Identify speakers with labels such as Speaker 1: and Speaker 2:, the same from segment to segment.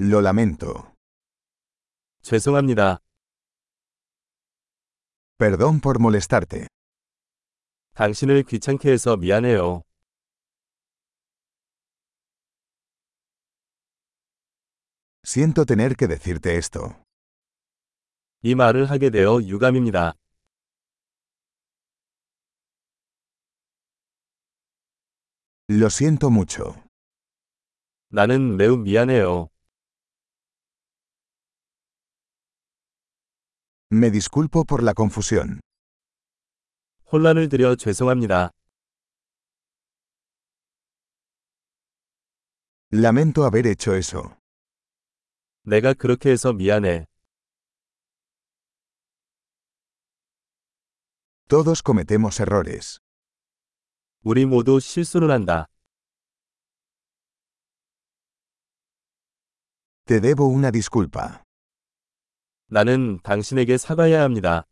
Speaker 1: Lo lamento.
Speaker 2: 죄송합니다.
Speaker 1: Perdón por molestarte.
Speaker 2: 당신을 귀찮게 해서 미안해요.
Speaker 1: Siento tener que decirte esto.
Speaker 2: 이 말을 하게 되어 유감입니다.
Speaker 1: Lo siento mucho.
Speaker 2: 나는 매우 미안해요.
Speaker 1: Me disculpo por la confusión.
Speaker 2: 혼란을 드려 죄송합니다.
Speaker 1: Lamento haber hecho eso.
Speaker 2: 내가 그렇게 해서 미안해.
Speaker 1: Todos cometemos errores.
Speaker 2: 우리 모두 실수를 한다.
Speaker 1: Te debo una disculpa.
Speaker 2: 나는 당신에게 사과해야 합니다.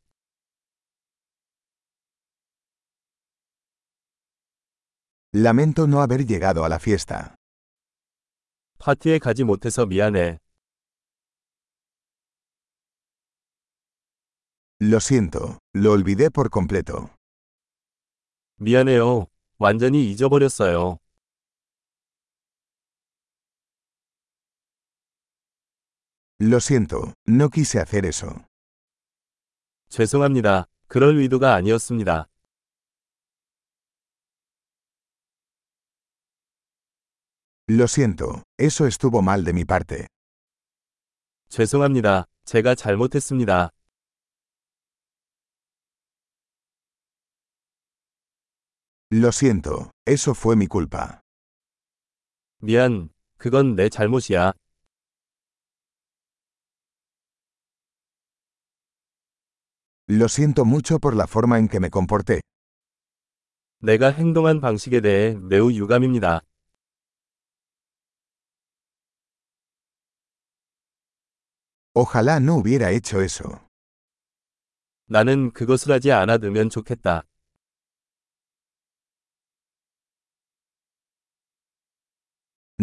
Speaker 1: Lamento no haber llegado a la fiesta.
Speaker 2: 파티에 가지 못해서 미안해.
Speaker 1: Lo siento, lo olvidé por completo.
Speaker 2: 미안해요. 완전히 잊어버렸어요.
Speaker 1: Lo siento, no quise hacer eso.
Speaker 2: 죄송합니다. 그럴 의도가 아니었습니다.
Speaker 1: Lo siento, eso estuvo mal de mi parte.
Speaker 2: 죄송합니다. 제가 잘못했습니다.
Speaker 1: Lo siento, eso fue mi culpa.
Speaker 2: 미안. 그건 내 잘못이야.
Speaker 1: Lo siento mucho por la forma en que me comporté.
Speaker 2: 내가 행동한 방식에 대해 매우 유감입니다.
Speaker 1: Ojalá no hubiera hecho eso.
Speaker 2: 나는 그것을 하지 않아두면 좋겠다.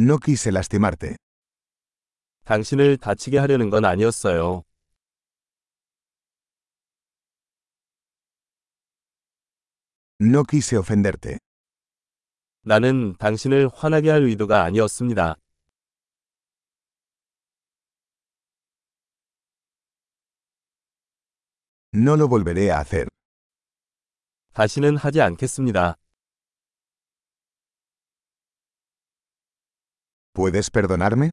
Speaker 1: No quise lastimarte.
Speaker 2: 당신을 다치게 하려는 건 아니었어요.
Speaker 1: No quise ofenderte.
Speaker 2: 나는 당신을 화나게 할 의도가 아니었습니다.
Speaker 1: No lo volveré a hacer.
Speaker 2: 다시는 하지 않겠습니다.
Speaker 1: ¿Puedes perdonarme?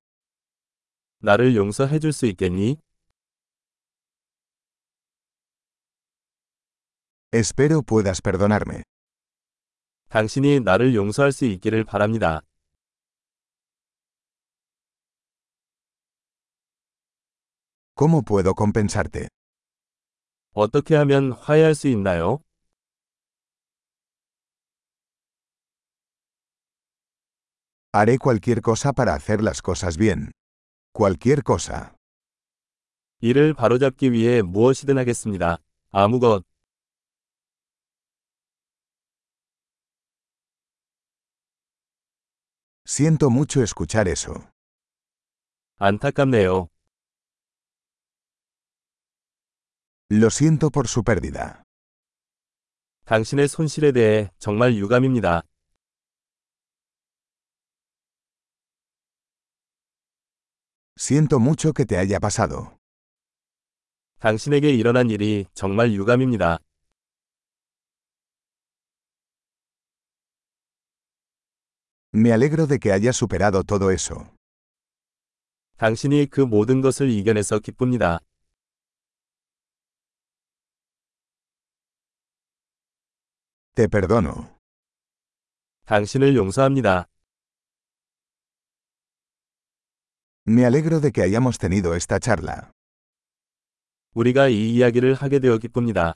Speaker 2: 나를 용서해 줄 수 있겠니?
Speaker 1: Espero puedas perdonarme.
Speaker 2: 당신이 나를 용서할 수 있기를 바랍니다.
Speaker 1: ¿Cómo puedo compensarte?
Speaker 2: 어떻게 하면 화해할 수 있나요?
Speaker 1: Haré cualquier cosa para hacer las cosas bien. Cualquier cosa.
Speaker 2: 이를 바로잡기 위해 무엇이든 하겠습니다. 아무것.
Speaker 1: Siento mucho escuchar eso.
Speaker 2: 안타깝네요.
Speaker 1: Lo siento por su pérdida.
Speaker 2: 당신의 손실에 대해 정말 유감입니다.
Speaker 1: Siento mucho que te haya pasado.
Speaker 2: 당신에게 일어난 일이 정말 유감입니다.
Speaker 1: Me alegro de que hayas superado todo eso.
Speaker 2: 당신이 그 모든 것을 이겨내서 기쁩니다.
Speaker 1: Te perdono.
Speaker 2: 당신을 용서합니다.
Speaker 1: Me alegro de que hayamos tenido esta charla.
Speaker 2: 우리가 이 이야기를 하게 되어 기쁩니다.